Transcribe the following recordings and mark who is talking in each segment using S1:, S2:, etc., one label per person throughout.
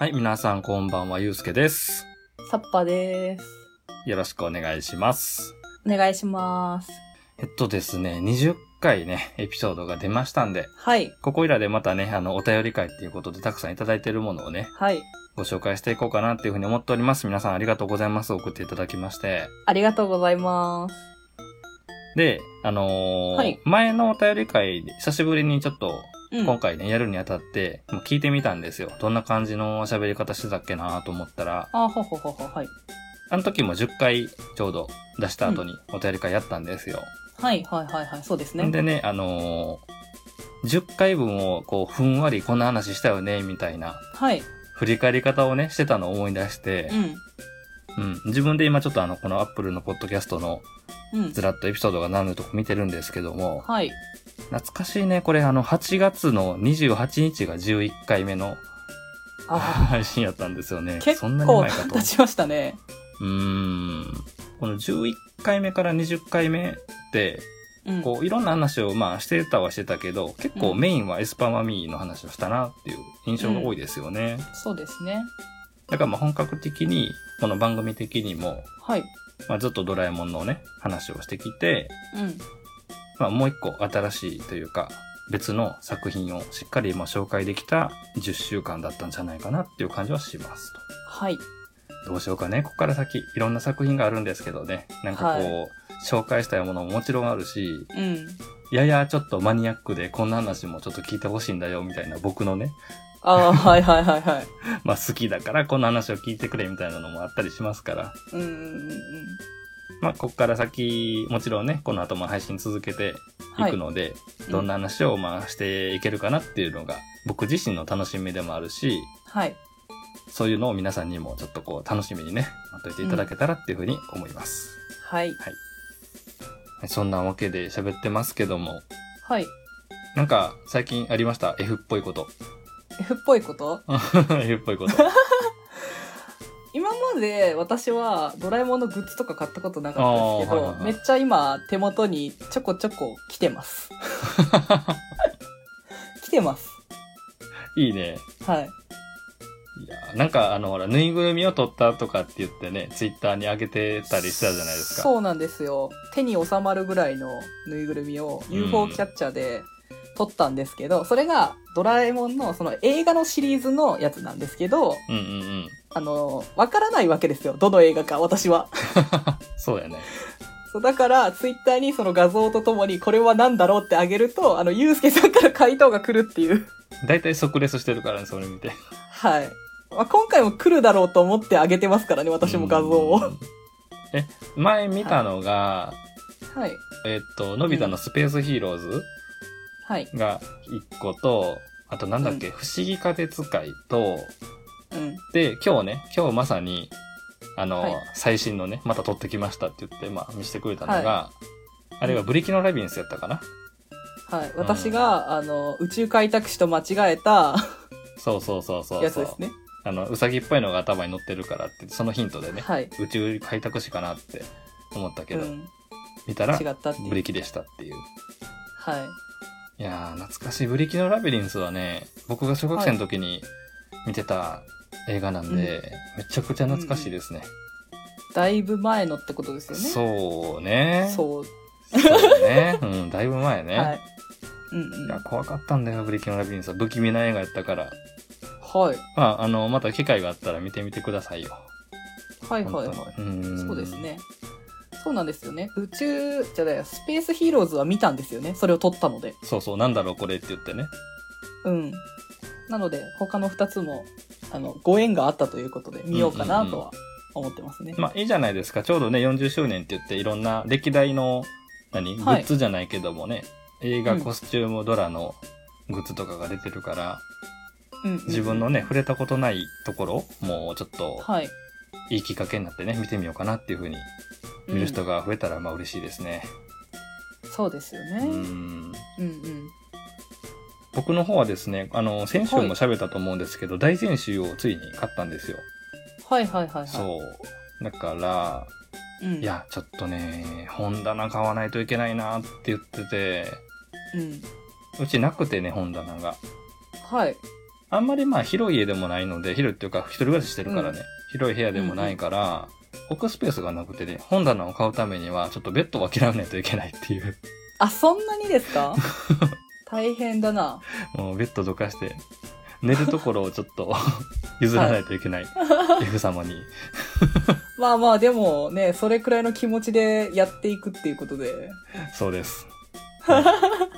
S1: はい、皆さんこんばんは、ゆうすけです。
S2: サッパです。
S1: よろしくお願いします。
S2: お願いします。
S1: えっとですね、20回ね、エピソードが出ましたんで、
S2: はい。
S1: ここいらでまたね、あの、お便り会っていうことでたくさんいただいているものをね、
S2: はい。
S1: ご紹介していこうかなっていうふうに思っております。皆さんありがとうございます。送っていただきまして。
S2: ありがとうございます。
S1: で、あのー
S2: はい
S1: 前のお便り会で、久しぶりにちょっと、
S2: うん
S1: 今回ね、やるにあたって、もう聞いてみたんですよ。どんな感じの喋り方してたっけなと思ったら、
S2: あ、ほほほほ、はい。
S1: あの時も10回ちょうど出した後にお便り会やったんですよ。
S2: はい、はい、はい、はい。そうですね。
S1: でね、あのー10回分をこう、ふんわりこんな話したよね、みたいな
S2: はい。
S1: 振り返り方をね、してたのを思い出して
S2: う、ん。
S1: うん、自分で今ちょっとあの、このアップルのポッドキャストの
S2: うん
S1: ず。らっとエピソードが何のとこ見てるんですけども、
S2: はい。
S1: 懐かしいね、これあの、8月の28日が11回目の
S2: あ、
S1: 配信やったんですよね。
S2: 結
S1: そんなに
S2: 構
S1: 前かと。
S2: 経ちましたね。
S1: うーん。この11回目から20回目って、
S2: うん。
S1: こう、いろんな話を、まあ、してたはしてたけど、結構
S2: うん
S1: メインはエスパーマミーの話をしたなっていう印象が多いですよね。
S2: そうですね。
S1: だからまあ、本格的に、この番組的にも、
S2: はい。
S1: まあ、ずっとドラえもんのね、話をしてきて、
S2: うん。
S1: まあ、もう一個新しいというか、別の作品をしっかりまあ紹介できた10週間だったんじゃないかなっていう感じはしますと。
S2: はい。
S1: どうしようかね。ここから先、いろんな作品があるんですけどね。なんかこう、紹介したいものももちろんあるし、
S2: うん。
S1: ややちょっとマニアックでこんな話もちょっと聞いてほしいんだよみたいな僕のね、
S2: あー、はい、はい、はい、はい。
S1: まあ好きだからこんな話を聞いてくれみたいなのもあったりしますから、
S2: うんうん。うんうん
S1: まあこっから先、もちろんね、この後も配信続けてい
S2: はい
S1: く。ので、どんな話をまあしていけるかなっていうのが僕自身の楽しみでもあるし、
S2: はい。
S1: そういうのを皆さんにもちょっとこう楽しみにね、待っといていただけたらっていうふうに思います。
S2: はい。
S1: そんなわけで喋ってますけども、
S2: はい。
S1: なんか最近ありました F っぽいこと。
S2: F っぽいこと
S1: F っぽいこと。
S2: 今まで私はドラえもんのグッズとか買ったことなかったんですけ
S1: あー
S2: ど、
S1: はいはいはい
S2: めっちゃ今手元にちょこちょこ来 てます。来てます。
S1: いいね。
S2: はい。
S1: いやなんかあのほら、ぬいぐるみを取ったとかって言ってね、ツイッターに上げてたりしたじゃないですか。
S2: そうなんですよ。手に収まるぐらいのぬいぐるみを
S1: うん
S2: UFO キャッチャーで撮ったんですけど、それがドラえもんのその映画のシリーズのやつなんですけど、
S1: うんうんうん。
S2: あの、わからないわけですよ。どの映画か、私は。
S1: そうだよね。
S2: そう、だから、ツイッターにその画像とともに、これは何だろうってあげると、あの、ゆうすけさんから回答が来るっていう。
S1: だいたい即レスしてるからね、それ見て。
S2: はい。まあ、今回も来るだろうと思ってあげてますからね、 私も画像を。
S1: う
S2: は
S1: ん。え、前見たのが、
S2: い。
S1: えっと、のび太のスペースヒーローズ
S2: はい。
S1: が1個と、あとなんだっけ、不思議家鉄会と、
S2: うん。
S1: で、今日ね、今日まさに、あの、
S2: はい
S1: 最新のね、また撮ってきましたって言って、まあ見せてくれたのが、
S2: い
S1: あれがブリキのラビリンスやったかな、
S2: はい。私が、あの、宇宙開拓士と間違えた
S1: そうそうそうそうそう。
S2: やつですね。
S1: あの、うさぎっぽいのが頭に乗ってるからって、そのヒントでね、
S2: はい。
S1: 宇宙開拓士かなって思ったけ
S2: う
S1: ど、
S2: ん、
S1: 見たら
S2: 違、ったっていう。
S1: ブリキでしたっていう。
S2: はい。
S1: いやー、懐かしい。ブリキのラビリンスはね、僕が小学生の時に見てた映画なんで、
S2: うん
S1: めちゃくちゃ懐かしいですね。
S2: だいぶ前のってことですよね。
S1: そうね。う。
S2: そう。
S1: そうね。うん、だいぶ前ね。
S2: はい。うんう
S1: い
S2: ん。
S1: や、
S2: は
S1: 怖かったんだよ、ブリキのラビリンスは。不気味な映画やったから。
S2: い。
S1: まあ、あの、また機会があったら見てみてくださいよ。
S2: はいは
S1: 本
S2: いは
S1: 当に
S2: い。
S1: ん
S2: そうです。ね。そうなんですよね。宇宙、じゃないや、スペースヒーローズは見たんですよね。それを撮ったので。
S1: そうそう、なんだろう、これって言ってね。
S2: うん。なので、他の2つも、あの、ご縁があったということで、見ようかなとは思ってますね。
S1: まあ、いいじゃないですか。ちょうどね、40周年って言って、いろんな歴代の、何グ
S2: はい
S1: ッズじゃないけどもね、映画、
S2: うん
S1: コスチューム、ドラのグッズとかが出てるから、
S2: うんうんうん
S1: 自分のね、触れたことないところ、もうちょっと、
S2: はい。
S1: いいきっかけになってね、見てみようかなっていうふうに、見る人
S2: が。
S1: が増えたら、まあ、嬉しいですね。
S2: そうですよね。
S1: う
S2: うん
S1: ん
S2: うん。
S1: 僕の方はですね、あの、先週
S2: はい
S1: も喋ったと思うんですけど、大全集をついに買ったんですよ。
S2: はいはいはいはい。
S1: そう。だから、
S2: う
S1: い
S2: ん。
S1: や、ちょっとね、本棚買わないといけないなって言ってて、
S2: うん。
S1: うちなくてね、本棚が。
S2: はい。
S1: あんまりまあ広い家でもないので、広いっていうか一人暮らししてるからね、広い部屋でもないから、置くスペースがなくてね、本棚を買うためにはちょっとベッドは嫌わないといけないっていう、
S2: あ、そんなにですか大変だな。
S1: もうベッドどかして、寝るところをちょっと 譲らないといけない、F 様に。
S2: まあまあ、でもね、それくらいの気持ちでやっていくっていうことで。
S1: そうです。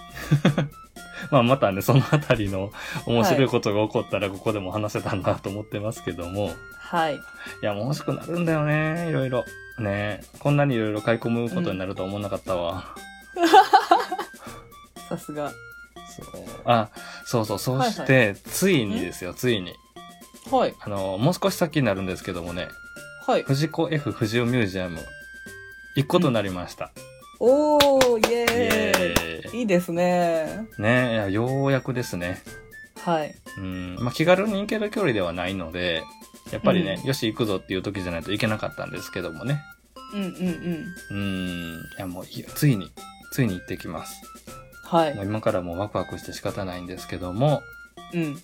S1: まあまたね、そのあたりの面白いことが起こったらここでも話せたんだと思ってますけども、い、
S2: はい。
S1: やもう欲しくなるんだよね、いろいろ。ねこんなにいろいろ買い込むことになるとは思わなかったわ。
S2: さすが。
S1: そうあ、そうそう、そして、ついにですよ、ついに。
S2: はい。
S1: あの、もう少し先になるんですけどもね、
S2: はい。
S1: 藤子 F 不二雄ミュージアム、行くことになりました。
S2: おー、イエ
S1: イエ
S2: ー
S1: ーイ
S2: イ。いいですね。
S1: ねいやようやくですね。
S2: はい。
S1: うんまあ、気軽に行ける距離ではないので、やっぱりね、
S2: う
S1: よし行くぞっていう時じゃないといけなかったんですけどもね。
S2: うんうんうん。
S1: うん、いやもういやついに、ついに行ってきます。
S2: はい
S1: も。う今からもうワクワクして仕方ないんですけども、
S2: うん。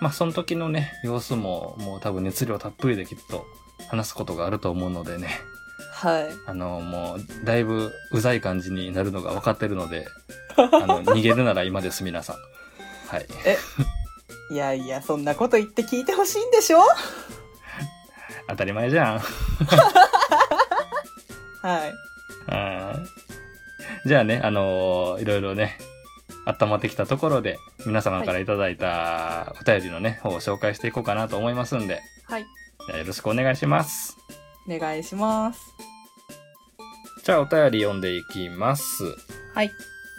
S1: まあその時のね、様子ももう多分熱量たっぷりできっと話すことがあると思うのでね、
S2: はい。
S1: あのもうだいぶうざい感じになるのが分かってるので、あの逃げるなら今です皆さん。はい。
S2: いやいや、そんなこと言って聞いてほしいんでしょ
S1: 当たり前じゃん。
S2: はい。
S1: はいじゃあね、あのーいろいろね、温まってきたところで、皆様からいただいたお便りのね、方を紹介していこうかなと思いますんで、
S2: はい。
S1: じゃあよろしくお願いします。
S2: お願いします。
S1: じゃあお便り読んでいきます。
S2: はい。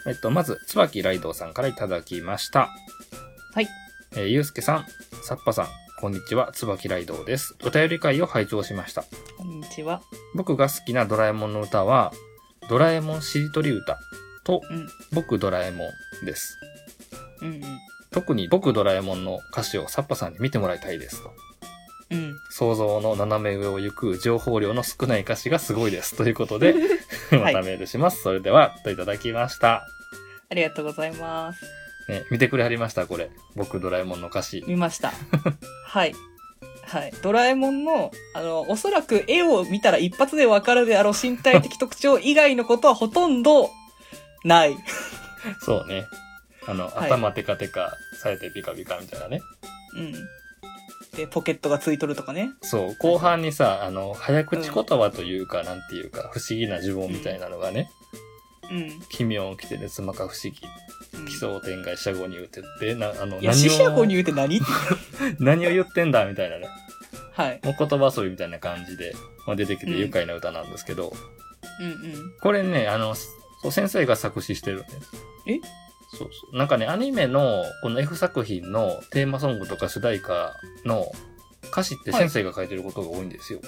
S1: えっと、まず、椿ライドウさんからいただきました。
S2: はい。
S1: えーゆうすけさん、さっぱさん、こんにちは、椿ライドウです。お便り会を拝聴しました。
S2: こんにちは。
S1: 僕が好きなドラえもんの歌は、ドラえもんしりとり歌と、
S2: うん
S1: 僕ドラえもんです。
S2: うん
S1: 特に僕ドラえもんの歌詞をサッパさんに見てもらいたいですと。
S2: うん。うん。
S1: 想像の斜め上を行く情報量の少ない歌詞がすごいです。ということ で、またメールします。それでは、といただきました。
S2: ありがとうございます。
S1: ね、見てくれはりましたこれ。僕ドラえもんの歌詞。
S2: 見ま した。はい。はい。ドラえもんの、あの、おそらく絵を見たら一発でわかるであろう身体的特徴以外のことはほとんど ない。
S1: そうね。あの、
S2: はい
S1: 頭テカテカ、されてピカピカみたいなね。
S2: うん。で、ポケットがついとるとかね。
S1: そう、後半にさ、あの、早口言葉というか、なんていうか、不思議な呪文みたいなのがね、
S2: うん。
S1: 奇妙奇てで妻か不思議、
S2: うん
S1: 奇想天外、死者五入って言って、な、あの、
S2: いや、
S1: 何
S2: 死者購
S1: を、
S2: 入って何
S1: 何を言ってんだみたいなね。
S2: はい。
S1: お言葉遊びみたいな感じで、まあ、出てきて
S2: うん
S1: 愉快な歌なんですけど、
S2: うんうん。
S1: これねあのそう先生が作詞してるんです
S2: え
S1: そうそうなんかねアニメのこの F 作品のテーマソングとか主題歌の歌詞って先生が書いてることが多いんですよ、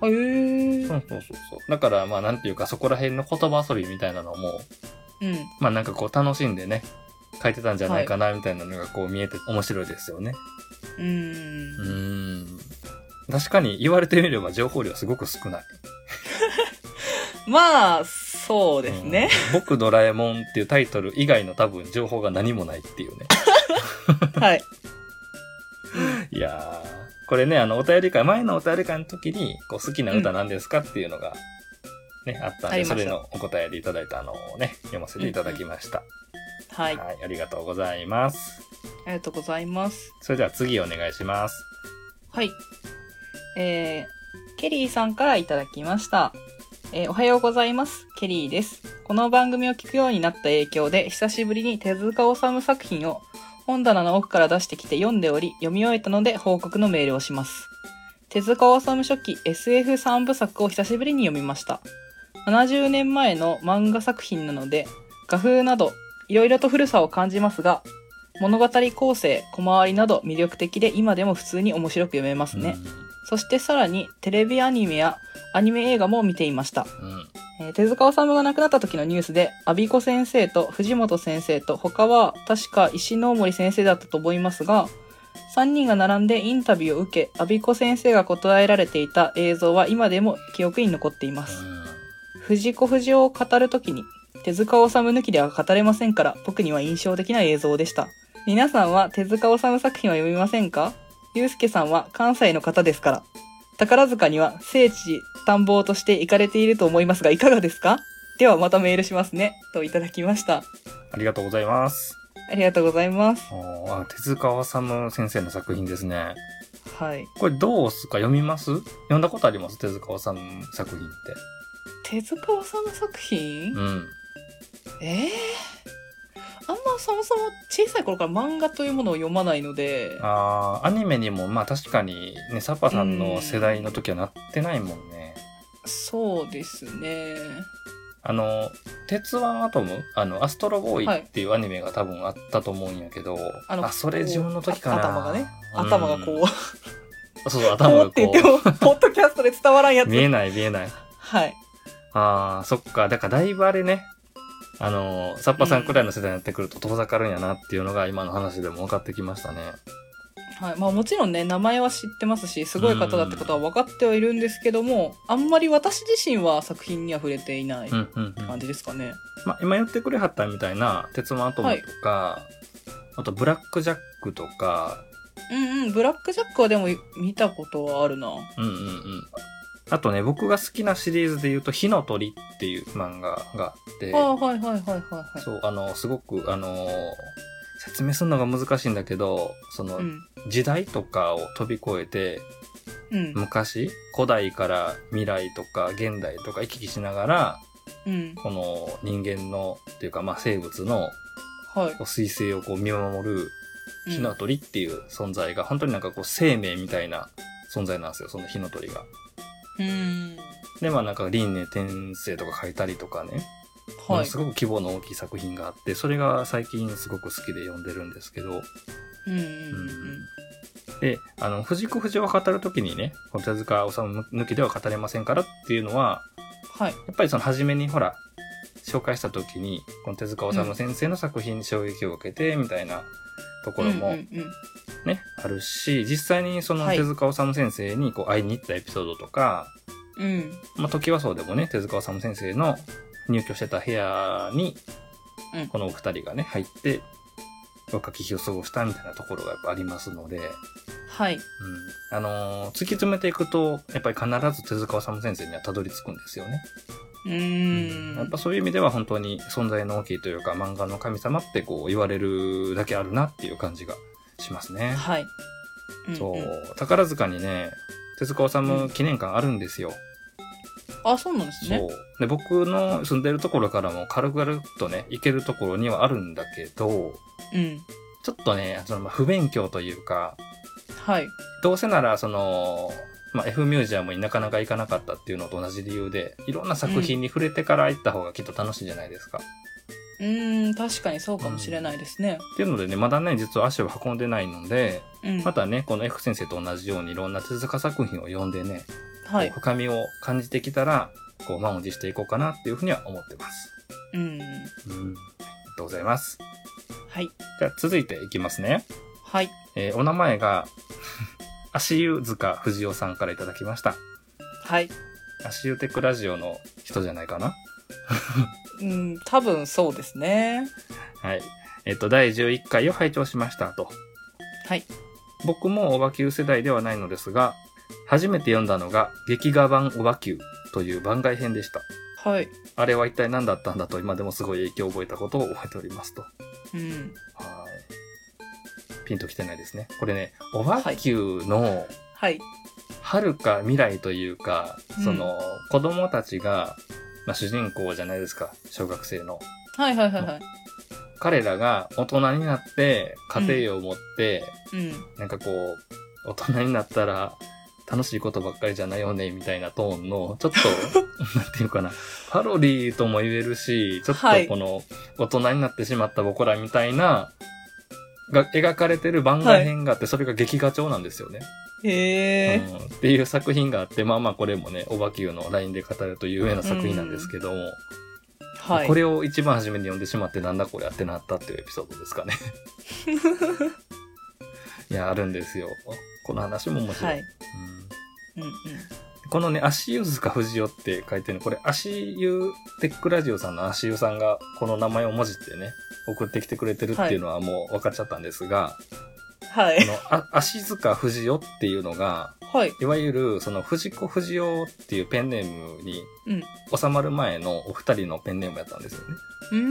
S2: あへえ
S1: そうそうそうそうだからまあなんていうかそこら辺の言葉遊びみたいなのも
S2: うん。
S1: まあなんかこう楽しんでね書いてたんじゃないかなみたいなのがこう見えて面白いですよね、
S2: うん
S1: う。ーん確かに言われてみれば情報量すごく少ない
S2: まあ、そうですね。
S1: うん。僕ドラえもんっていうタイトル以外の多分情報が何もないっていうね。
S2: はい。
S1: いやー、これね、あの、お便り会、前のお便り会の時に、こう、好きな歌なんですかっていうのが、ね、あったん
S2: あり
S1: で、
S2: まし
S1: それ
S2: た
S1: のお答えでいただいたのをね、読ませていただきました。
S2: はい。あ
S1: はい、ありがとうございます。
S2: りがとうございます。
S1: それでは次お願いします。
S2: はい。えー、ケリーさんからいただきました。えーおはようございます。ケリーです。この番組を聞くようになった影響で、久しぶりに手塚治虫作品を本棚の奥から出してきて読んでおり、読み終えたので報告のメールをします。手塚治虫初期 SF3 部作を久しぶりに読みました。70年前の漫画作品なので、画風など、いろいろと古さを感じますが、物語構成、小回りなど魅力的で今でも普通に面白く読めますね。そしてさらにテレビアニメやアニメ映画も見ていました。
S1: うん。うん。
S2: えー手塚治虫が亡くなった時のニュースで、阿ビ子先生と藤本先生と他は確か石ノ森先生だったと思いますが、3人が並んでインタビューを受け、阿ビ子先生が答えられていた映像は今でも記憶に残っています。藤子不二雄を語る時に、手塚治虫抜きでは語れませんから、僕には印象的な映像でした。皆さんは手塚治虫作品は読みませんかゆうすけさんは関西の方ですから。宝塚には聖地探訪として行かれていると思いますが、いかがですかではまたメールしますね。といただきました。
S1: ありがとうございます。
S2: ありがとうございます。
S1: おーあ手塚治虫先生の作品ですね。
S2: はい。
S1: これどうすか読みます読んだことあります手塚治虫作品って。
S2: 手塚治虫作品、
S1: うん。
S2: ええあんまそもそも小さい頃から漫画というものを読まないので、
S1: あーアニメにもまあ確かにね、サッパさんの世代の時はなってないもんね。
S2: そうですね。
S1: あの、鉄腕アトムあの、アストロボーイっていうアニメが多分あったと思うんやけど、
S2: あの
S1: あ、それ自分の時かな。
S2: 頭がね、頭がこう、
S1: ん
S2: こ
S1: そうそう、
S2: う
S1: 頭 が
S2: って言
S1: こ
S2: っても、ポッドキャストで伝わらんや
S1: う、
S2: つ。
S1: 見えない見えない。
S2: はい。
S1: ああ、そっか。だからだいぶあれね、あのー、サッパさんくらいの世代になってくると遠ざかるんやなっていうのが今の話でも分かってきましたね。
S2: はいまあ、もちろんね名前は知ってますしすごい方だってことは分かってはいるんですけどもあんまり私自身は作品には触れていない
S1: うんうんうん。
S2: 感じですかね。
S1: まあ、今言ってくれはったみたいな、鉄腕アトムとか、あとブラックジャックとか、
S2: うんうんブラック・ジャックはでも見たことはあるな。
S1: うんうんうん。あとね、僕が好きなシリーズで言うと、火の鳥っていう漫画があって、
S2: ああはいはいはいはいはい。
S1: そう、あの、すごく、あのー説明するのが難しいんだけど、その、
S2: うん
S1: 時代とかを飛び越えて、
S2: うん
S1: 昔古代から未来とか現代とか行き来しながら
S2: うん
S1: この人間のっていうかまあ生物の
S2: はい
S1: こう彗星をこう見守る
S2: うん
S1: 火の鳥っていう存在が本当になんかこう生命みたいな存在なんですよその火の鳥が。
S2: うん
S1: でまあなんか輪廻転生とか書いたりとかね、も
S2: は
S1: の
S2: い
S1: すごく規模の大きい作品があってそれが最近すごく好きで読んでるんですけど。
S2: うんうんうん
S1: であの藤子不二雄を語る時にねこの手塚治虫抜きでは語れませんからっていうのは
S2: はい
S1: やっぱりその初めにほら紹介した時にこの手塚治虫先生の作品に衝撃を受けてみたいなところも
S2: うん
S1: ね、
S2: うんうん
S1: あるし実際にその
S2: はい
S1: 手塚治虫先生にこう会いに行ったエピソードとか、
S2: うん
S1: まあ、時はそうでもね手塚治虫先生の入居してた部屋に
S2: うん
S1: このお二人がね入って若き日を過ごしたみたいなところがやっぱありますので、うん
S2: はい
S1: あのー突き詰めていくとやっぱり必ず手塚治虫先生にはたどり着くんですよね。
S2: う
S1: やっ
S2: ん
S1: ぱそういう意味では本当に存在の大きいというか漫画の神様ってこう言われるだけあるなっていう感じがしますね。
S2: はいうん
S1: そ
S2: うん
S1: う宝塚にね手塚治虫記念館あるんですよ。
S2: あそうなんですね
S1: そうで僕の住んでるところからも軽々とね行けるところにはあるんだけど
S2: うん
S1: ちょっとねそのまあ不勉強というか
S2: はい
S1: どうせならその、まあ、F ミュージアムになかなか行かなかったっていうのと同じ理由でいろんな作品に触れてから行った方がきっと楽しいじゃないですか。
S2: うん確かにそうかもしれないですね。
S1: っていうのでね、まだね、実は足を運んでないので、
S2: うん
S1: またね、この F 先生と同じようにいろんな手塚作品を読んでね、
S2: はい
S1: こう深みを感じてきたら、こう、満を持していこうかなっていうふうには思ってます。
S2: うん
S1: うん。ありがとうございます。
S2: はい
S1: じゃあ、続いていきますね。
S2: はい
S1: えーお名前が、 足湯塚不二夫さんからいただきました。
S2: はい
S1: 足湯テクラジオの人じゃないかな
S2: うん多分そうですね
S1: はい。えっと、第11回を拝聴しましたと。
S2: はい
S1: 僕もおばきゅう世代ではないのですが、初めて読んだのが劇画版おばきゅうという番外編でした。
S2: はい
S1: あれは一体何だったんだと今でもすごい影響を覚えたことを覚えておりますと。は
S2: うん
S1: い。ピンときてないですね。これね、おばきゅうの
S2: はい
S1: 遥か未来というか、
S2: うん
S1: その子供たちが、まあ主人公じゃないですか、小学生の。
S2: はいはいはいはい
S1: 彼らが大人になって家庭を持って、
S2: うん
S1: なんかこう、大人になったら楽しいことばっかりじゃないよね、みたいなトーンの、ちょっ と、なんていうかな、パロディーとも言えるし、ちょっと
S2: はい
S1: この、大人になってしまった僕らみたいな、が描かれてる番外編があって、それが劇画調なんですよね、
S2: へえ
S1: うんっていう作品があって、まあまあこれもね、おばきゅうの LINE で語ると有名な作品なんですけども、
S2: はい
S1: これを一番初めに読んでしまってなんだこれやってなったっていうエピソードですかね。いや、あるんですよ。この話も面白い。
S2: はい
S1: うん
S2: うんうん
S1: このね、足湯塚不二夫って書いてるの、これ足湯テックラジオさんの足湯さんがこの名前を文字ってね、送ってきてくれてるっていうのはもう分かっちゃったんですが、
S2: は
S1: こ
S2: い。
S1: のあ足塚不二夫っていうのが、
S2: はい。
S1: いわゆるその藤子不二雄っていうペンネームに
S2: うん
S1: 収まる前のお二人のペンネームやったんですよね。
S2: うーん。
S1: う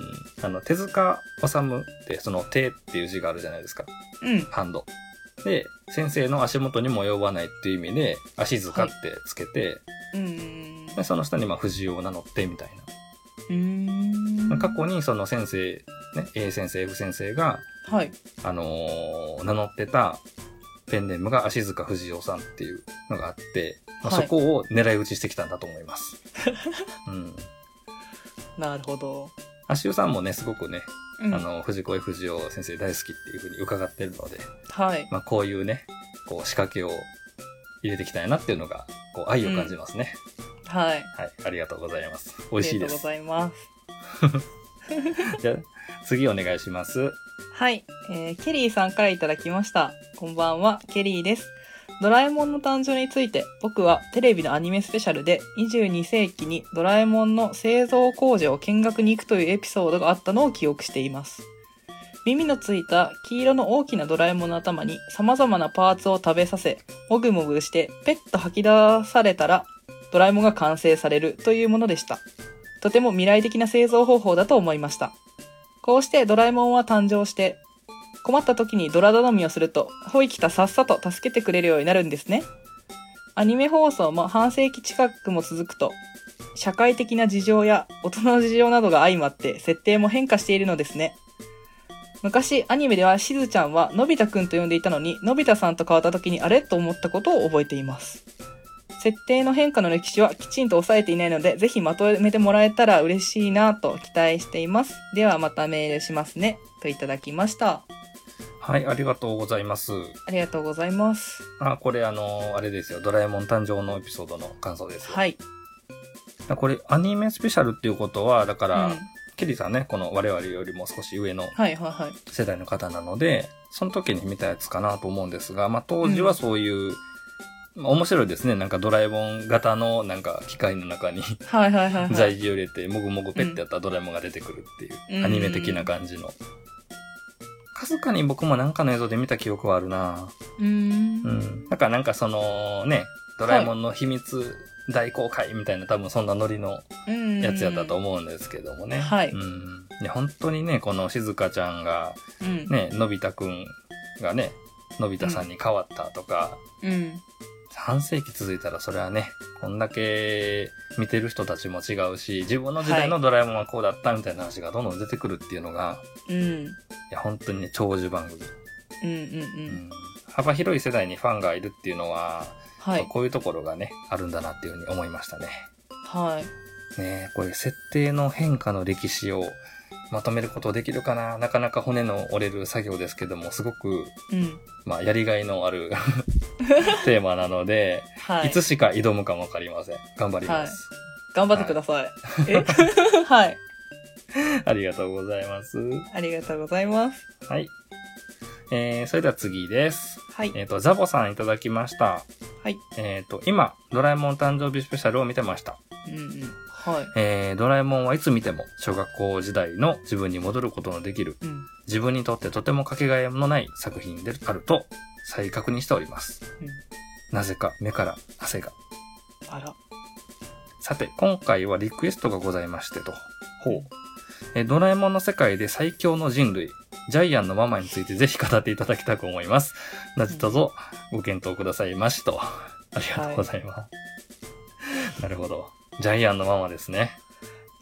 S1: ん。あの、手塚治虫ってその手っていう字があるじゃないですか。
S2: うん。
S1: ハンド。で、先生の足元にも及ばないっていう意味で、足塚ってつけて、
S2: うーん。
S1: でその下にまあ藤尾を名乗ってみたいな。
S2: うーん。
S1: 過去にその先生、ね、A 先生、F 先生が、
S2: はい。
S1: あのー名乗ってたペンネームが足塚不二夫さんっていうのがあって、まあ
S2: はい
S1: そこを狙い撃ちしてきたんだと思います。 うん。
S2: なるほど。
S1: 足尾さんもね、すごくね、
S2: うん
S1: あの、藤子 F 不二雄先生大好きっていうふうに伺ってるので、
S2: はい。
S1: まあこういうね、こう仕掛けを入れてきたいなっていうのが、こう愛を感じますね。
S2: はい。
S1: はい。ありがとうございます。美味しいで
S2: ありがとうご
S1: す。
S2: ざいます。
S1: じゃあ次お願いします。
S2: はい、えーケリーさんからいただきました。こんばんは、ケリーです。ドラえもんの誕生について、僕はテレビのアニメスペシャルで22世紀にドラえもんの製造工場を見学に行くというエピソードがあったのを記憶しています。耳のついた黄色の大きなドラえもんの頭に様々なパーツを食べさせ、もぐもぐしてペッと吐き出されたらドラえもんが完成されるというものでした。とても未来的な製造方法だと思いました。こうしてドラえもんは誕生して、困った時にドラ頼みをすると、ほいきたさっさと助けてくれるようになるんですね。アニメ放送も半世紀近くも続くと、社会的な事情や大人の事情などが相まって設定も変化しているのですね。昔アニメではしずちゃんはのび太くんと呼んでいたのに、のび太さんと変わった時にあれと思ったことを覚えています。設定の変化の歴史はきちんと押さえていないので、ぜひまとめてもらえたら嬉しいなと期待しています。ではまたメールしますね。といただきました。
S1: はい、ありがとうございます。
S2: ありがとうございます。
S1: あ、これあの、あれですよ。ドラえもん誕生のエピソードの感想です。
S2: はい。
S1: これアニメスペシャルっていうことは、だか
S2: うん、
S1: ら、
S2: はい
S1: ケリーさんね、この我々よりも少し上の
S2: はいはい。
S1: 世代の方なので、その時に見たやつかなと思うんですが、まあ当時はそういう、まあ面白いですね。なんかドラえもん型のなんか機械の中に
S2: はいはいはい、はい。
S1: 材料入れて、もぐもぐペッてやったらドラえもんが出てくるっていうう、
S2: ん
S1: アニメ的な感じの。かすかに僕もなんかの映像で見た記憶はあるな
S2: うーん。
S1: うん。だからなんかそのね、ドラえもんの秘密大公開みたいな、多分そんなノリの
S2: うん。
S1: やつやったと思うんですけどもね。
S2: はい
S1: うん。いや、本当にね、この静香ちゃんが、
S2: うん。
S1: ね、のび太くんがね、のび太さんに変わったとか、
S2: うん。
S1: 半世紀続いたらそれはね、こんだけ見てる人たちも違うし、自分の時代のドラえもんはこうだったみたいな話がどんどん出てくるっていうのが、
S2: うん。
S1: いや、本当にね、長寿番組。
S2: うんうんう。
S1: うんん幅広い世代にファンがいるっていうのは、
S2: はい。
S1: こういうところがね、あるんだなっていうふうに思いましたね。
S2: はい。
S1: ねえこれ設定の変化の歴史をまとめることできるかななかなか骨の折れる作業ですけどもすごく、
S2: うん。
S1: まあ、やりがいのあ るテーマなので、、
S2: はいい。
S1: つしか挑むかもわかりません頑張ります、
S2: 頑張ってください。え はい。
S1: ありがとうございます
S2: ありがとうございます。
S1: はいえー、それでは次です
S2: はい。
S1: えっ、とザボさんいただきました
S2: はい。
S1: えっ、と今ドラえもん誕生日スペシャルを見てました
S2: うんうん。はい。
S1: えー、ドラえもんはいつ見ても小学校時代の自分に戻ることのできる
S2: うん。
S1: 自分にとってとてもかけがえのない作品であると再確認しております。
S2: うん
S1: なぜか目から汗が。
S2: あら。
S1: さて、今回はリクエストがございましてと。ほう。えドラえもんの世界で最強の人類、ジャイアンのママについてぜひ語っていただきたく思います。なぜとぞご検討くださいましと。ありがとうございます。 なるほど。ジャイアンのママですね。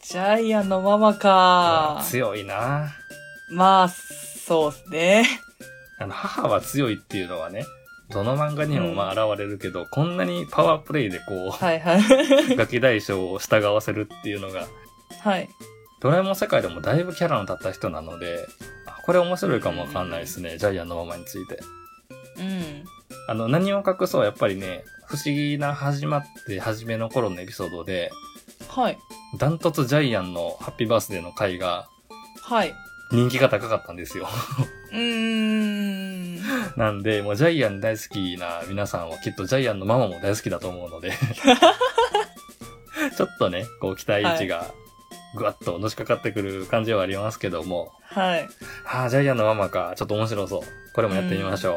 S2: ジャイアンのママか。
S1: 強いな
S2: まあ、そうっすね。
S1: あの、母は強いっていうのはね、どの漫画に
S2: う
S1: も
S2: ん
S1: まあ現れるけど、こんなにパワープレイでこ
S2: はいはい。
S1: う、ガキ大将を従わせるっていうのが、
S2: はい。
S1: ドラえもん世界でもだいぶキャラの立った人なので、あこれ面白いかもわかんないですね、ジャイアンのママについて。
S2: うん。
S1: あの、何を隠そう、やっぱりね、不思議な始まって初めの頃のエピソードで、
S2: はい。
S1: ダントツジャイアンのハッピーバースデーの回が
S2: はい。
S1: 人気が高かったんですよ。
S2: うーん。
S1: なんで、もうジャイアン大好きな皆さんはきっとジャイアンのママも大好きだと思うので、ちょっとね、こう期待値がぐわっとのしかかってくる感じはありますけども、
S2: はい。
S1: ああ、ジャイアンのママか。ちょっと面白そう。これもやってみましょう。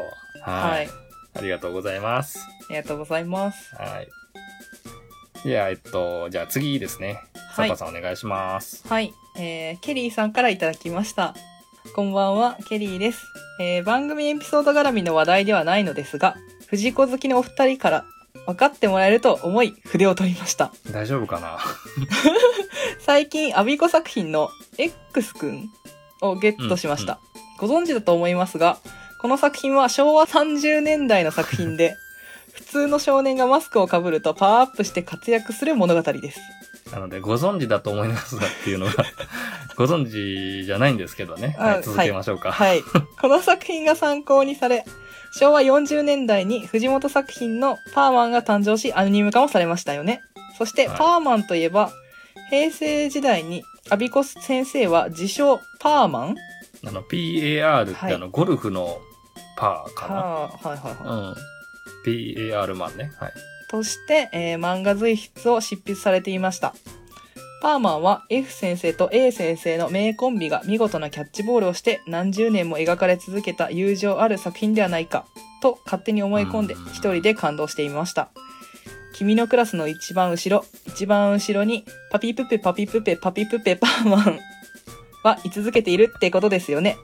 S1: はい,、
S2: はい。
S1: ありがとうございます。
S2: ありがとうございます。
S1: はい。じゃあ、えっと、じゃあ次ですね。
S2: は
S1: サ
S2: い
S1: パさんお願いします。
S2: はい、えーケリーさんからいただきました。こんばんは、ケリーです。えー番組エピソード絡みの話題ではないのですが、藤子好きのお二人から分かってもらえると思い筆を取りました。
S1: 大丈夫かな
S2: 最近、アビコ作品の X くんをゲットしました。ご存知だと思いますが、この作品は昭和30年代の作 品で、普通の少年がマスクをかぶるとパワーアップして活躍する物語です。
S1: なので、ご存知だと思いますがっていうのが、ご存知じゃないんですけどね。
S2: あ
S1: はい、続けましょうか。
S2: はい。この作品が参考にされ、昭和40年代に藤本作品のパーマンが誕生し、アニメ化もされましたよね。そして、
S1: はい
S2: パーマンといえば、平成時代に、アビコ先生は自称パーマン
S1: あの、PAR って
S2: はい
S1: あの、ゴルフのパーか
S2: パーはいはいはい。
S1: な。うん。PAR マンね。はい。
S2: として、えー漫画随筆を執筆されていました。パーマンは F 先生と A 先生の名コンビが見事なキャッチボールをして何十年も描かれ続けた友情ある作品ではないかと勝手に思い込んで
S1: うん
S2: 一人で感動していました。君のクラスの一番後ろ、一番後ろにパピプペパピプペパピプペパーマンは居続けているってことですよね。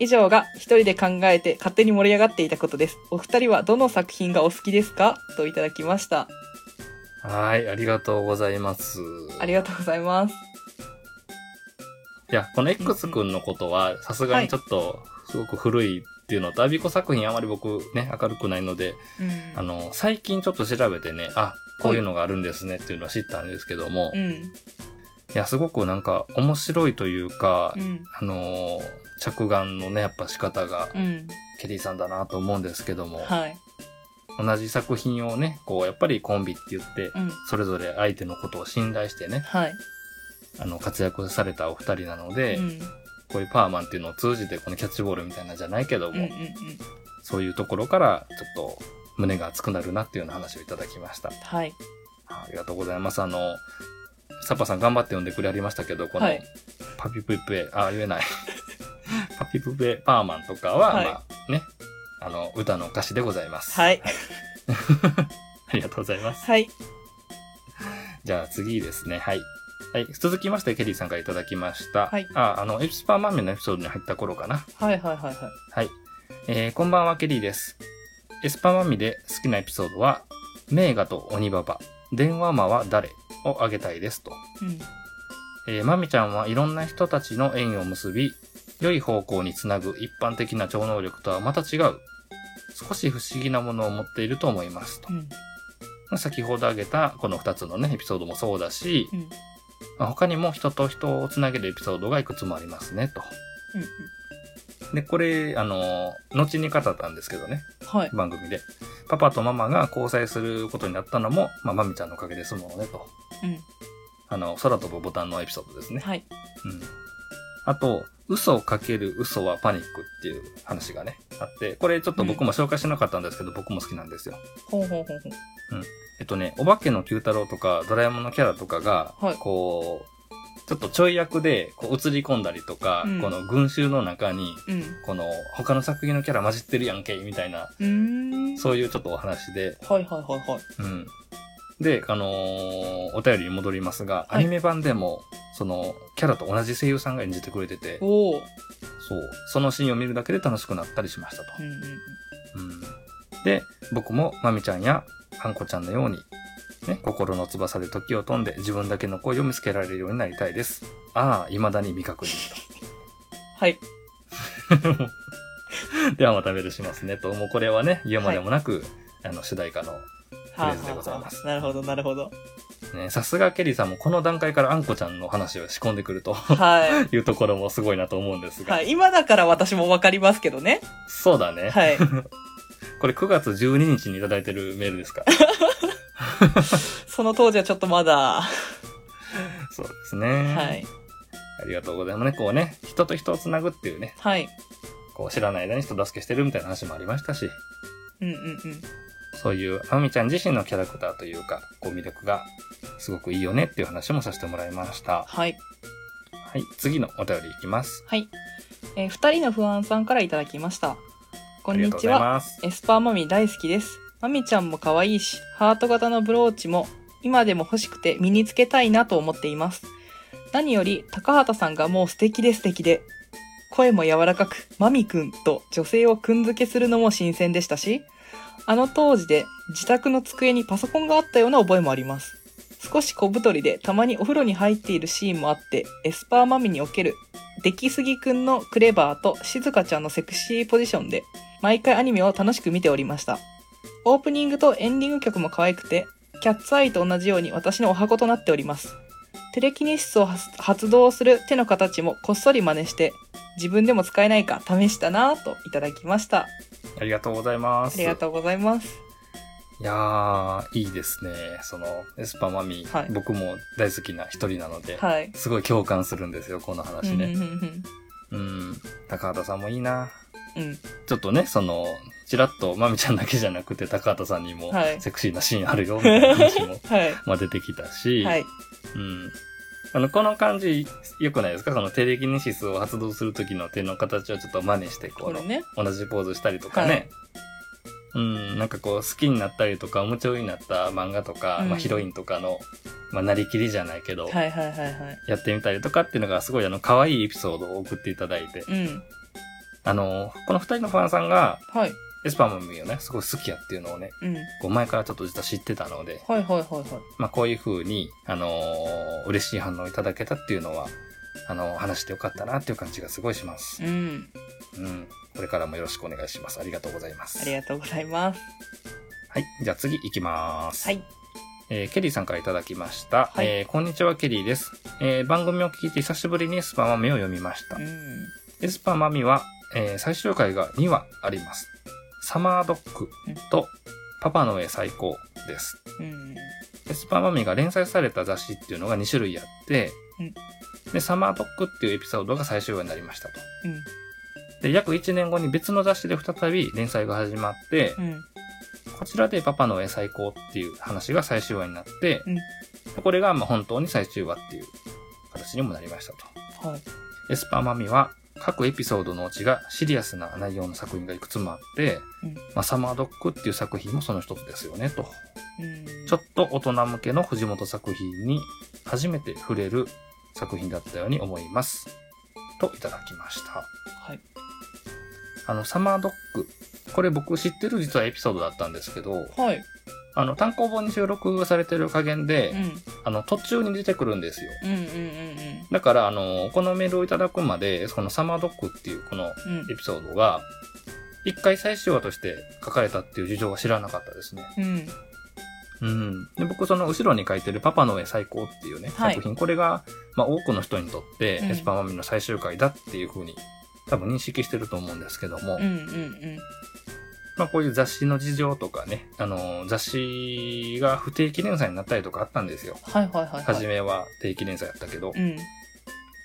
S2: 以上が一人で考えて勝手に盛り上がっていたことです。お二人はどの作品がお好きですかといただきました。
S1: はい、ありがとうございます。
S2: ありがとうございます。
S1: いや、この X 君のことは、さすがにちょっと、すごく古いっていうのと、アビコ作品あまり僕ね、明るくないので、あ
S2: うん。
S1: の、最近ちょっと調べてね、あ、こういうのがあるんですねっていうのは知ったんですけども、
S2: う
S1: い
S2: ん。
S1: や、すごくなんか面白いというか
S2: う、ん。
S1: あのー、着眼のね、やっぱ仕方が、
S2: うん。
S1: ケリーさんだなと思うんですけども、
S2: はい。
S1: 同じ作品をね、こう、やっぱりコンビって言って、
S2: うん。
S1: それぞれ相手のことを信頼してね、
S2: はい。
S1: あの、活躍されたお二人なので、
S2: うん。
S1: こういうパーマンっていうのを通じて、このキャッチボールみたいなんじゃないけど
S2: うん。うん。
S1: も、
S2: うん。
S1: そういうところから、ちょっと胸が熱くなるなっていうような話をいただきました。
S2: はい。
S1: ありがとうございます。あの、サッパさん頑張って読んでくれありましたけど、この
S2: はい
S1: パピプペ、あ、言えない。 パピプペパーマンとかは、
S2: はい
S1: まあね、あの、歌の歌詞でございます。
S2: はい。
S1: ありがとうございます。
S2: はい。
S1: じゃあ次ですね。はい。はい。続きまして、ケリーさんからいただきました。
S2: はい
S1: あ、あの、エピスパーマンメンのエピソードに入った頃かな。
S2: はい。はい。はい。はい。
S1: はい。えーこんばんは、ケリーです。エスパマミで好きなエピソードは、名画と鬼ババ、電話魔は誰をあげたいですと。
S2: うん。
S1: えーマミちゃんはいろんな人たちの縁を結び、良い方向につなぐ一般的な超能力とはまた違う。少し不思議なものを持っていると思いますと
S2: う。ん。
S1: 先ほど挙げたこの2つのね、エピソードもそうだし、
S2: うん。
S1: まあ他にも人と人をつなげるエピソードがいくつもありますねと。
S2: うん。
S1: で、これ、あの、後に語ったんですけどね。
S2: はい。
S1: 番組で。パパとママが交際することになったのも、まあ、マミちゃんのおかげですものね、と。
S2: うん。
S1: あの、空飛ぶボタンのエピソードですね。
S2: はい。
S1: うん。あと、嘘をかける嘘はパニックっていう話がね、あって、これちょっと僕も紹介してなかったんですけど、僕も好きなんですよ。
S2: ほうほうほうほう。
S1: えっとね、お化けの九太郎とか、ドラえもんのキャラとかが、
S2: はい
S1: こう、ちょっとちょい役でこう映り込んだりとか、
S2: うん
S1: この群衆の中に、
S2: うん。
S1: この他の作品のキャラ混じってるやんけ、みたいな、
S2: うーん。
S1: そういうちょっとお話で、
S2: はい。はい。はい。はい。
S1: うん。で、あのーお便りに戻りますが、
S2: はい
S1: アニメ版でも、その、キャラと同じ声優さんが演じてくれてて、
S2: おお。
S1: そう、そのシーンを見るだけで楽しくなったりしましたと
S2: う。ん。うん。
S1: うん。で、僕も、まみちゃんや、あんこちゃんのように、ね、心の翼で時を飛んで自分だけの声を見つけられるようになりたいです。ああ、未だに未確認
S2: はい。
S1: と。 ではまたメールしますねと。もうこれはね、言うまでもなく、あの、主題歌のフレーズでございます
S2: はあはあはあなるほど。なるほど。
S1: ね、さすがケリーさんもこの段階からあんこちゃんの話を仕込んでくると
S2: は
S1: いうところもすごいなと思うんです
S2: い。
S1: が。
S2: はい。今だから私もわかりますけどね。
S1: そうだね。
S2: はい。
S1: これ9月12日にいただいてるメールです か
S2: その当時はちょっとまだ。
S1: そうですね。
S2: はい。
S1: ありがとうございますね。こうね、人と人をつなぐっていうね、
S2: はい。
S1: こう知らない間に人助けしてるみたいな話もありましたし、
S2: うんうんうん。
S1: そういうあみちゃん自身のキャラクターというか、こう魅力がすごくいいよねっていう話もさせてもらいました。
S2: はい。
S1: はい、次のお便りいきます。
S2: はい。えー二人の不安さんからいただきました。こ
S1: あ
S2: ん
S1: りが
S2: に
S1: とう
S2: ち
S1: ござい
S2: は。
S1: ます。
S2: エスパーマミ大好きです。マミちゃんも可愛いし、ハート型のブローチも今でも欲しくて身につけたいなと思っています。何より高畑さんがもう素敵で素敵で、声も柔らかく、マミくんと女性をくんづけするのも新鮮でしたし、あの当時で自宅の机にパソコンがあったような覚えもあります。少し小太りでたまにお風呂に入っているシーンもあって、エスパーマミにおける出来すぎくんのクレバーと静香ちゃんのセクシーポジションで毎回アニメを楽しく見ておりました。オープニングとエンディング曲も可愛くて、キャッツアイと同じように私のお箱となっております。テレキネシスを発発動する手の形もこっそり真似して、自分でも使えないか試したなぁといただきました。
S1: ありがとうございま
S2: あ
S1: す。
S2: りがとうございます。
S1: いやー、いいですね。その、エスパーマミ、
S2: はい
S1: 僕も大好きな一人なので、
S2: はい。
S1: すごい共感するんですよ、この
S2: う
S1: 話
S2: んうん
S1: ね。
S2: うん
S1: うん、高畑さんもいいな。
S2: うん
S1: ちょっとね、その、ちらっとまみちゃんだけじゃなくて、高畑さんにも
S2: はい
S1: セクシーなシーンあるよ、みたいな話も、
S2: は
S1: まあ出てきたし、
S2: い。はい。
S1: うん。あの、この感じ、良くないですかそのテレキネシスを発動する時の手の形をちょっと真似して、こ
S2: こ
S1: う
S2: れ、ね。
S1: 同じポーズしたりとかね、うんなんかこう好きになったりとか夢中になった漫画とか、
S2: うん
S1: まあ、ヒロインとかの、まあ、なりきりじゃないけど、
S2: はいはいはいはい。
S1: やってみたりとかっていうのがすごいあの可愛いエピソードを送っていただいて、
S2: うん。
S1: あのこの二人のファンさんが
S2: はい。
S1: エスパーマミをねすごい好きやっていうのをね
S2: うん。
S1: こう前からちょっと実は知ってたので、
S2: はいはいはいはい。
S1: まあ、こういう風にあのー嬉しい反応をいただけたっていうのはあのー話してよかったなっていう感じがすごいします、
S2: うん。
S1: うん、これからもよろしくお願いしますありがとうございます
S2: ありがとうございます。
S1: はい。じゃあ次行きます。
S2: はい。
S1: えーケリーさんからいただきました。
S2: はい
S1: えーこんにちは、ケリーです。えー番組を聞いて久しぶりにエスパーマミを読みました
S2: う。ん。
S1: エスパーマミは、えー最終回が2話あります。サマードッグとパパの絵最高です。
S2: うん。
S1: エスパーマミが連載された雑誌っていうのが2種類あって
S2: うん、
S1: で、サマードッグっていうエピソードが最終話になりましたと。
S2: うん。
S1: で、約1年後に別の雑誌で再び連載が始まって、
S2: うん。
S1: こちらでパパの絵最高っていう話が最終話になって、
S2: うん
S1: これがまあ本当に最終話っていう形にもなりましたと。
S2: はい。
S1: エスパーマミは各エピソードのうちがシリアスな内容の作品がいくつもあって、
S2: うん
S1: まあ、サマードッグっていう作品もその一つですよねと。
S2: うん
S1: ちょっと大人向けの藤本作品に初めて触れる作品だったように思います。といただきました。
S2: はい。
S1: あの、サマードッグ。これ僕知ってる実はエピソードだったんですけど、
S2: はい。
S1: あの、単行本に収録されてる加減で、
S2: うん。
S1: あの、途中に出てくるんですよ。
S2: うんうんうん
S1: だから、あの、このメールをいただくまで、このサマードックっていうこの
S2: うん。
S1: エピソードが、一回最終話として書かれたっていう事情は知らなかったですね。
S2: うん。うん。
S1: うん。で、僕、その後ろに書いてるパパの絵最高っていうね、
S2: はい
S1: 作品、これが、まあ、多くの人にとって、
S2: うん
S1: エスパーマミの最終回だっていうふうに、多分認識してると思うんですけども、
S2: うんうん
S1: まあ、こういう雑誌の事情とかね、あの、雑誌が不定期連載になったりとかあったんですよ。
S2: はいはいはい。
S1: 初
S2: め。
S1: めは定期連載やったけど、
S2: うん。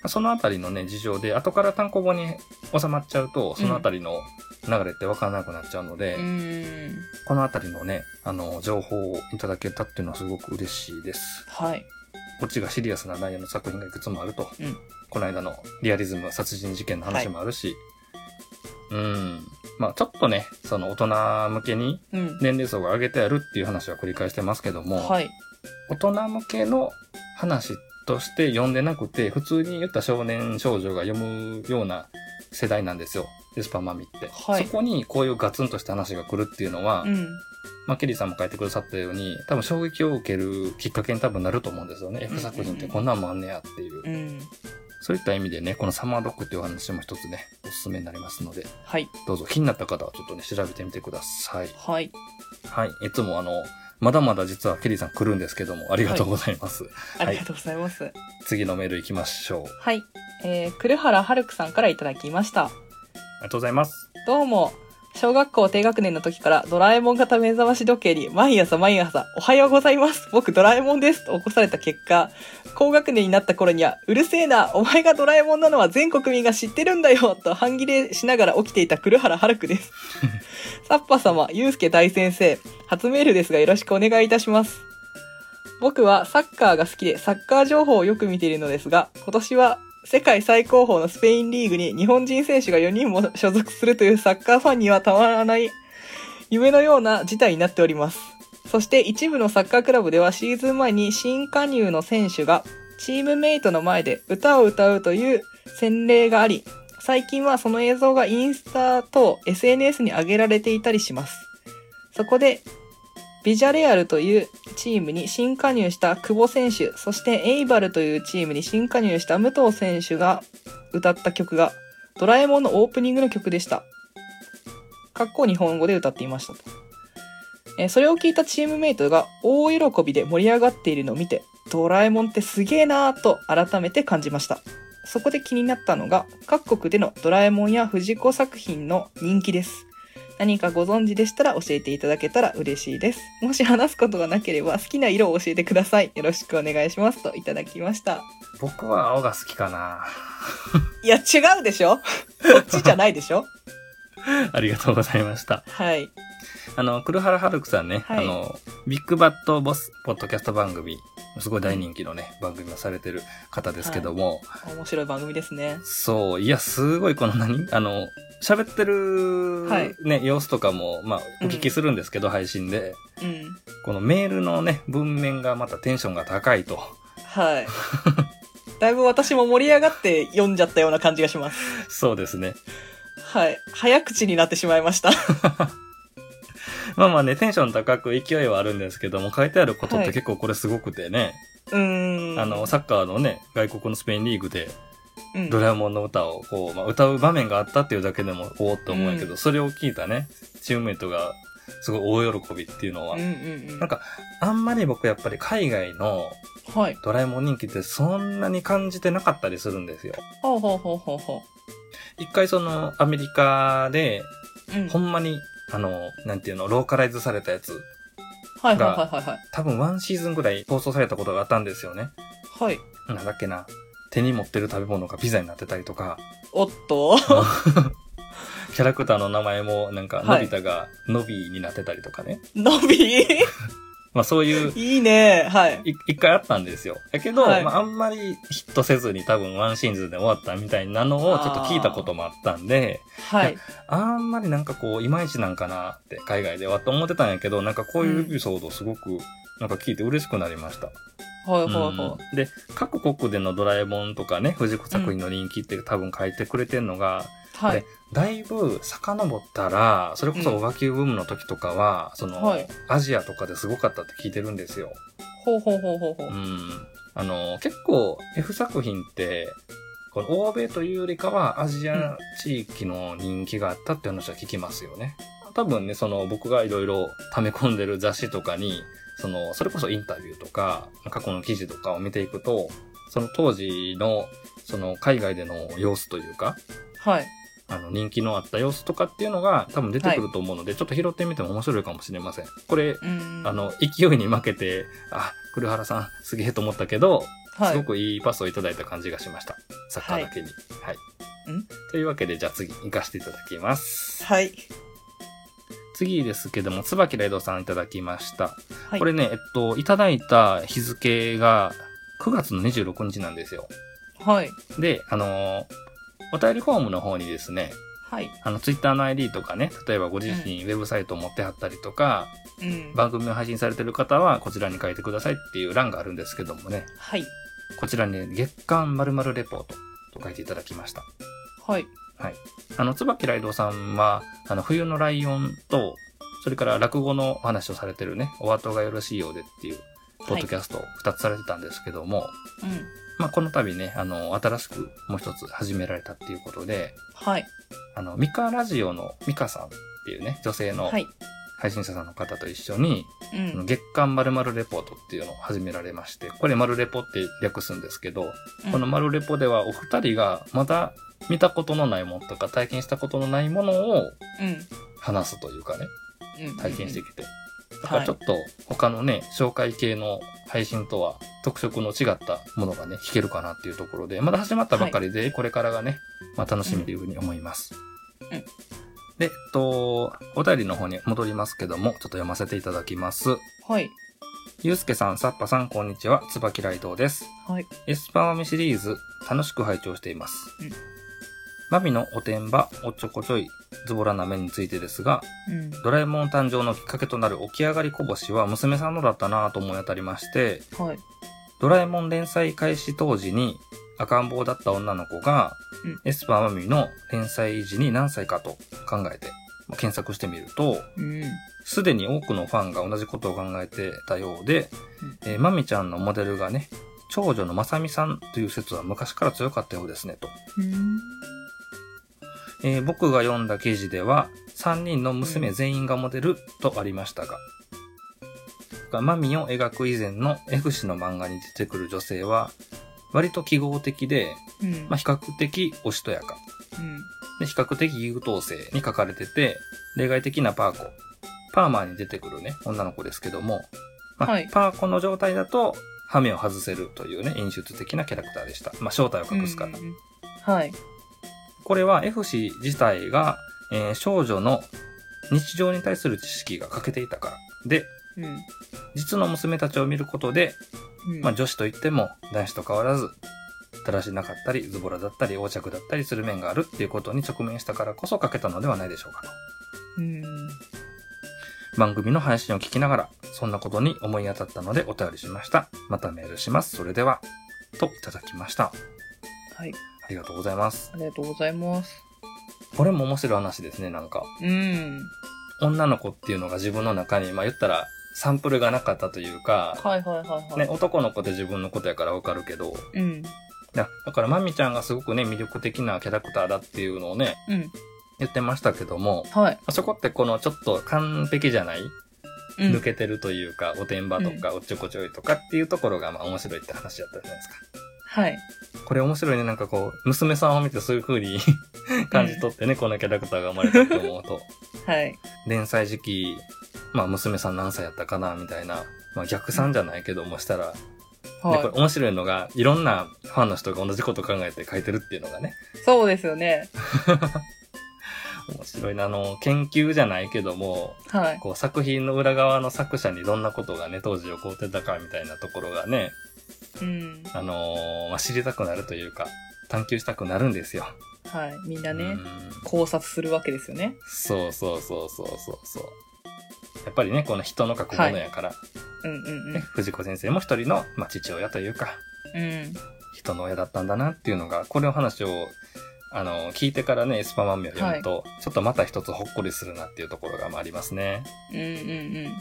S1: そのあたりのね、事情で、後から単行本に収まっちゃうと、そのあたりの流れって分からなくなっちゃうので、
S2: うん。
S1: このあたりのね、あの、情報をいただけたっていうのはすごく嬉しいです。
S2: はい。
S1: こっちがシリアスな内容の作品がいくつもあると、
S2: うん
S1: この間のリアリズム殺人事件の話もあるし、うん。まあちょっとね、その大人向けに
S2: うん。
S1: 年齢層が上げてあるっていう話は繰り返してますけども、
S2: はい。
S1: 大人向けの話として読んでなくて、普通に言った少年少女が読むような世代なんですよ。エスパーマミって。
S2: はい
S1: そこにこういうガツンとした話が来るっていうのは、
S2: うん。
S1: まあ、ケリーさんも書いてくださったように、多分衝撃を受けるきっかけに多分なると思うんですよね。
S2: ん
S1: F 作品ってこんなんもあんねやっていう。
S2: うん。
S1: そういった意味でね、このサマードックっていうお話も一つね、おすすめになりますので、
S2: はい。
S1: どうぞ気になった方はちょっとね、調べてみてください。
S2: はい。
S1: はい。いつもあの、まだまだ実はケリーさん来るんですけども、ありがとうございます。
S2: ありがとうございます。
S1: 次のメール行きましょう。
S2: はい。えー、黒原はるくさんからいただきました。
S1: ありがとうございます。
S2: どうも。小学校低学年の時からドラえもん型目覚まし時計に毎朝毎朝おはようございます。僕ドラえもんですと起こされた結果、高学年になった頃にはうるせえな、お前がドラえもんなのは全国民が知ってるんだよと半切れしながら起きていた黒原春久です。サッパ様、ゆうすけ大先生、初メールですがよろしくお願いいたします。僕はサッカーが好きでサッカー情報をよく見ているのですが、今年は世界最高峰のスペインリーグに日本人選手が4人も所属するというサッカーファンにはたまらない夢のような事態になっております。そして一部のサッカークラブではシーズン前に新加入の選手がチームメイトの前で歌を歌うという洗礼があり、最近はその映像がインスタと SNS に上げられていたりします。そこで、ビジャレアルというチームに新加入した久保選手、そしてエイバルというチームに新加入した武藤選手が歌った曲が、ドラえもんのオープニングの曲でした。かっこ日本語で歌っていましたと。えーそれを聞いたチームメイトが大喜びで盛り上がっているのを見て、ドラえもんってすげえなぁと改めて感じました。そこで気になったのが、各国でのドラえもんや藤子作品の人気です。何かご存知でしたら教えていただけたら嬉しいです。もし話すことがなければ好きな色を教えてください。よろしくお願いします。といただきました。
S1: 僕は青が好きか な。
S2: いや、違うでし ょこっちじゃないでしょ
S1: ありがとうございました。
S2: はい。
S1: あの、黒原はるくさんね、
S2: はい
S1: あの、ビッグバットボスポッドキャスト番組、すごい大人気のね、番組をされてる方ですけども、
S2: 面白い番組ですね。
S1: そう、いや、すごいこの何あの、喋ってる、
S2: はい
S1: ね、様子とかも、まあ、お聞きするんですけど、配信で。
S2: うん。
S1: このメールのね、文面がまたテンションが高いと。
S2: はい。だいぶ私も盛り上がって読んじゃったような感じがします。
S1: そうですね。
S2: はい。早口になってしまいました。
S1: まあまあね、テンション高く勢いはあるんですけども、書いてあることっ
S2: は
S1: て
S2: い
S1: 結構これすごくてね、
S2: うーん。
S1: あの、サッカーのね、外国のスペインリーグで、
S2: うん、
S1: ドラえもんの歌をこう、まあ、歌う場面があったっていうだけでもおおっと思うんやけど、それを聞いたねチームメイトがすごい大喜びっていうのは、
S2: うんうんうん。
S1: なんかあんまり僕やっぱり海外の
S2: はい。
S1: ドラえもん人気ってそんなに感じてなかったりするんですよ。
S2: ほうほうほうほうほ
S1: 一回そのアメリカで
S2: う。うん。
S1: ほ
S2: はい
S1: んまにあの、なんていうの、ローカライズされたやつ、
S2: はいはいはいはい。
S1: 多分ワンシーズンぐらい放送されたことがあったんですよね。
S2: はい。
S1: なんだっけな。手に持ってる食べ物がピザになってたりとか、
S2: おっと。
S1: キャラクターの名前もなんか、
S2: は
S1: の
S2: い
S1: び太がのびーになってたりとかね。
S2: のびー
S1: まあそういう、
S2: いいね。はい。
S1: い一回あったんですよ。だけど、
S2: はい
S1: まああんまりヒットせずに多分ワンシーズンで終わったみたいなのをちょっと聞いたこともあったんで、
S2: はい。
S1: あんまりなんかこう、いまいちなんかなって海外ではと思ってたんやけど、なんかこういうエピソードすごく、なんか聞いて嬉しくなりました。
S2: はいはいうは
S1: んで、各国でのドラえもんとかね、藤子作品の人気って多分書いてくれてんのが、
S2: い。はい
S1: で。だいぶ遡ったら、それこそお化けブームの時とかは、その、
S2: はい
S1: アジアとかですごかったって聞いてるんですよ。
S2: ほうほうほうほうほう
S1: う。ん。あの、結構 F 作品って、この欧米というよりかはアジア地域の人気があったって話は聞きますよね。多分ね、その僕がいろいろ溜め込んでる雑誌とかに、その、それこそインタビューとか、過去の記事とかを見ていくと、その当時の、その海外での様子というか、
S2: はい。
S1: あの人気のあった様子とかっていうのが多分出てくると思うので、ちょっと拾ってみても面白いかもしれません。これ、
S2: うーん。
S1: あ、の、勢いに負けて、あ、黒原さんすげえと思ったけど、
S2: は
S1: すご
S2: い。
S1: くいいパスをいただいた感じがしました。サッカーだけに。はい。
S2: ん
S1: というわけで、じゃあ次、行かせていただきます。
S2: はい。
S1: 次ですけども、椿レイドさんいただきました。
S2: はい。
S1: これね、えっと、いただいた日付が9月の26日なんですよ。
S2: はい。
S1: で、あのーお便りフォームの方にですね、
S2: はい。
S1: あの、ツイッターの ID とかね、例えばご自身にウェブサイトを持ってはったりとか、
S2: うん。
S1: 番組を配信されてる方はこちらに書いてくださいっていう欄があるんですけどもね、
S2: はい。
S1: こちらにね、月間〇〇レポートと書いていただきました。
S2: はい。
S1: あの、椿ライドさんは、あの、冬のライオンと、それから落語のお話をされてるね、お後がよろしいようでっていう、ポッ
S2: はい
S1: ド。キャストを2つされてたんですけども、
S2: うん。
S1: まあ、この度ね、あの、新しくもう一つ始められたっていうことで、
S2: はい。
S1: あの、ミカラジオのミカさんっていうね、女性の
S2: はい。
S1: 配信者さんの方と一緒に、
S2: う
S1: その
S2: ん。
S1: 月間〇〇レポートっていうのを始められまして、これ〇レポって略すんですけど、この〇レポではお二人がまだ見たことのないものとか体験したことのないものを
S2: うん。
S1: 話すというかね、
S2: うん。
S1: 体験してきて。だか
S2: は
S1: ら
S2: い
S1: ちょっと他のね、紹介系の配信とは特色の違ったものがね、聞けるかなっていうところで、まだ始まったばかりで、これからがね、まあ楽しみというふうに思います。
S2: うん
S1: で、えっと、お便りの方に戻りますけども、ちょっと読ませていただきます。
S2: はい。
S1: ゆうすけさん、さっぱさん、こんにちは。つばきらいどうです。
S2: はい。
S1: エスパーマミシリーズ、楽しく拝聴しています。
S2: うん
S1: マミのおてんば、おっちょこちょい、ズボラな面についてですが、
S2: うん。
S1: ドラえもん誕生のきっかけとなる起き上がりこぼしは娘さんのだったなぁと思い当たりまして、
S2: はい。
S1: ドラえもん連載開始当時に赤ん坊だった女の子が、
S2: うん
S1: エスパーマミの連載時に何歳かと考えてまあ検索してみると、
S2: うん。
S1: すでに多くのファンが同じことを考えてたようで、えーマミちゃんのモデルがね、長女のまさみさんという説は昔から強かったようですね、と。
S2: うん。
S1: えー僕が読んだ記事では、3人の娘全員がモデルとありましたが、がマミを描く以前の F 氏の漫画に出てくる女性は、割と記号的で、
S2: うん。
S1: まあ、比較的おしとやか、
S2: うん。
S1: で比較的優等生に書かれてて、例外的なパーコ。パーマーに出てくるね、女の子ですけども、まあ
S2: はい
S1: パーコの状態だと、ハメを外せるというね、演出的なキャラクターでした。まあ、正体を隠すから。
S2: うんうんはい。
S1: これは F 氏自体が、えー少女の日常に対する知識が欠けていたから。で、
S2: うん。
S1: 実の娘たちを見ることで、
S2: うん
S1: まあ、女子といっても男子と変わらず、だらしなかったり、ズボラだったり、横着だったりする面があるっていうことに直面したからこそ書けたのではないでしょうかと。
S2: うん。
S1: 番組の配信を聞きながら、そんなことに思い当たったのでお便りしました。またメールします。それでは。といただきました。
S2: はい。
S1: ありがとうございます。
S2: ありがとうございます。
S1: これも面白い話ですね、なんか。
S2: うん。
S1: 女の子っていうのが自分の中に、まあ言ったら、サンプルがなかったというか、
S2: はいはいはいは
S1: ね、
S2: い。
S1: 男の子って自分のことやからわかるけど、
S2: うん。
S1: だだからまみちゃんがすごくね、魅力的なキャラクターだっていうのをね、
S2: うん。
S1: 言ってましたけども、
S2: はい。
S1: そこってこのちょっと完璧じゃない
S2: うん
S1: 抜けてるというか、おてんばとか、おっちょこちょいとかっていうところが、まあ面白いって話だったじゃないですか。
S2: はい。
S1: これ面白いね、なんかこう、娘さんを見てそういう風に 感じ取ってね、このキャラクターが生まれたと思うと、
S2: はい。
S1: 連載時期、まあ娘さん何歳やったかな、みたいな、まあ逆算じゃないけどもしたら、でこれ
S2: は
S1: 面白いのが、いろんなファンの人が同じこと考えて書いてるっていうのがね、
S2: い。そうですよね。
S1: 面白いな、あの、研究じゃないけども、
S2: はい。
S1: こう作品の裏側の作者にどんなことがね、当時起こってたかみたいなところがね、
S2: うん。
S1: あのーまあ、知りたくなるというか、探求したくなるんですよ。
S2: はい。みんな
S1: う
S2: ね、
S1: ん
S2: 考察するわけですよね。
S1: そうそうそうそうそうそう。やっぱりね、この人の書くものやから、
S2: うんうん
S1: ね、藤子先生も一人の、まあ、父親というか、
S2: うん。うん。
S1: 人の親だったんだなっていうのが、これの話を、あのー、聞いてからね、エスパーマンミを読むと、ちょっとまた一つほっこりするなっていうところがまあありますね。
S2: うんうんうん。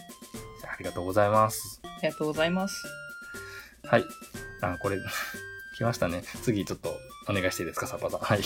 S1: ありがとうございます。
S2: ありがとうございます。
S1: はい。 あ、これ、来ましたね。次ちょっとお願いしていいですか、サッパさん。はい。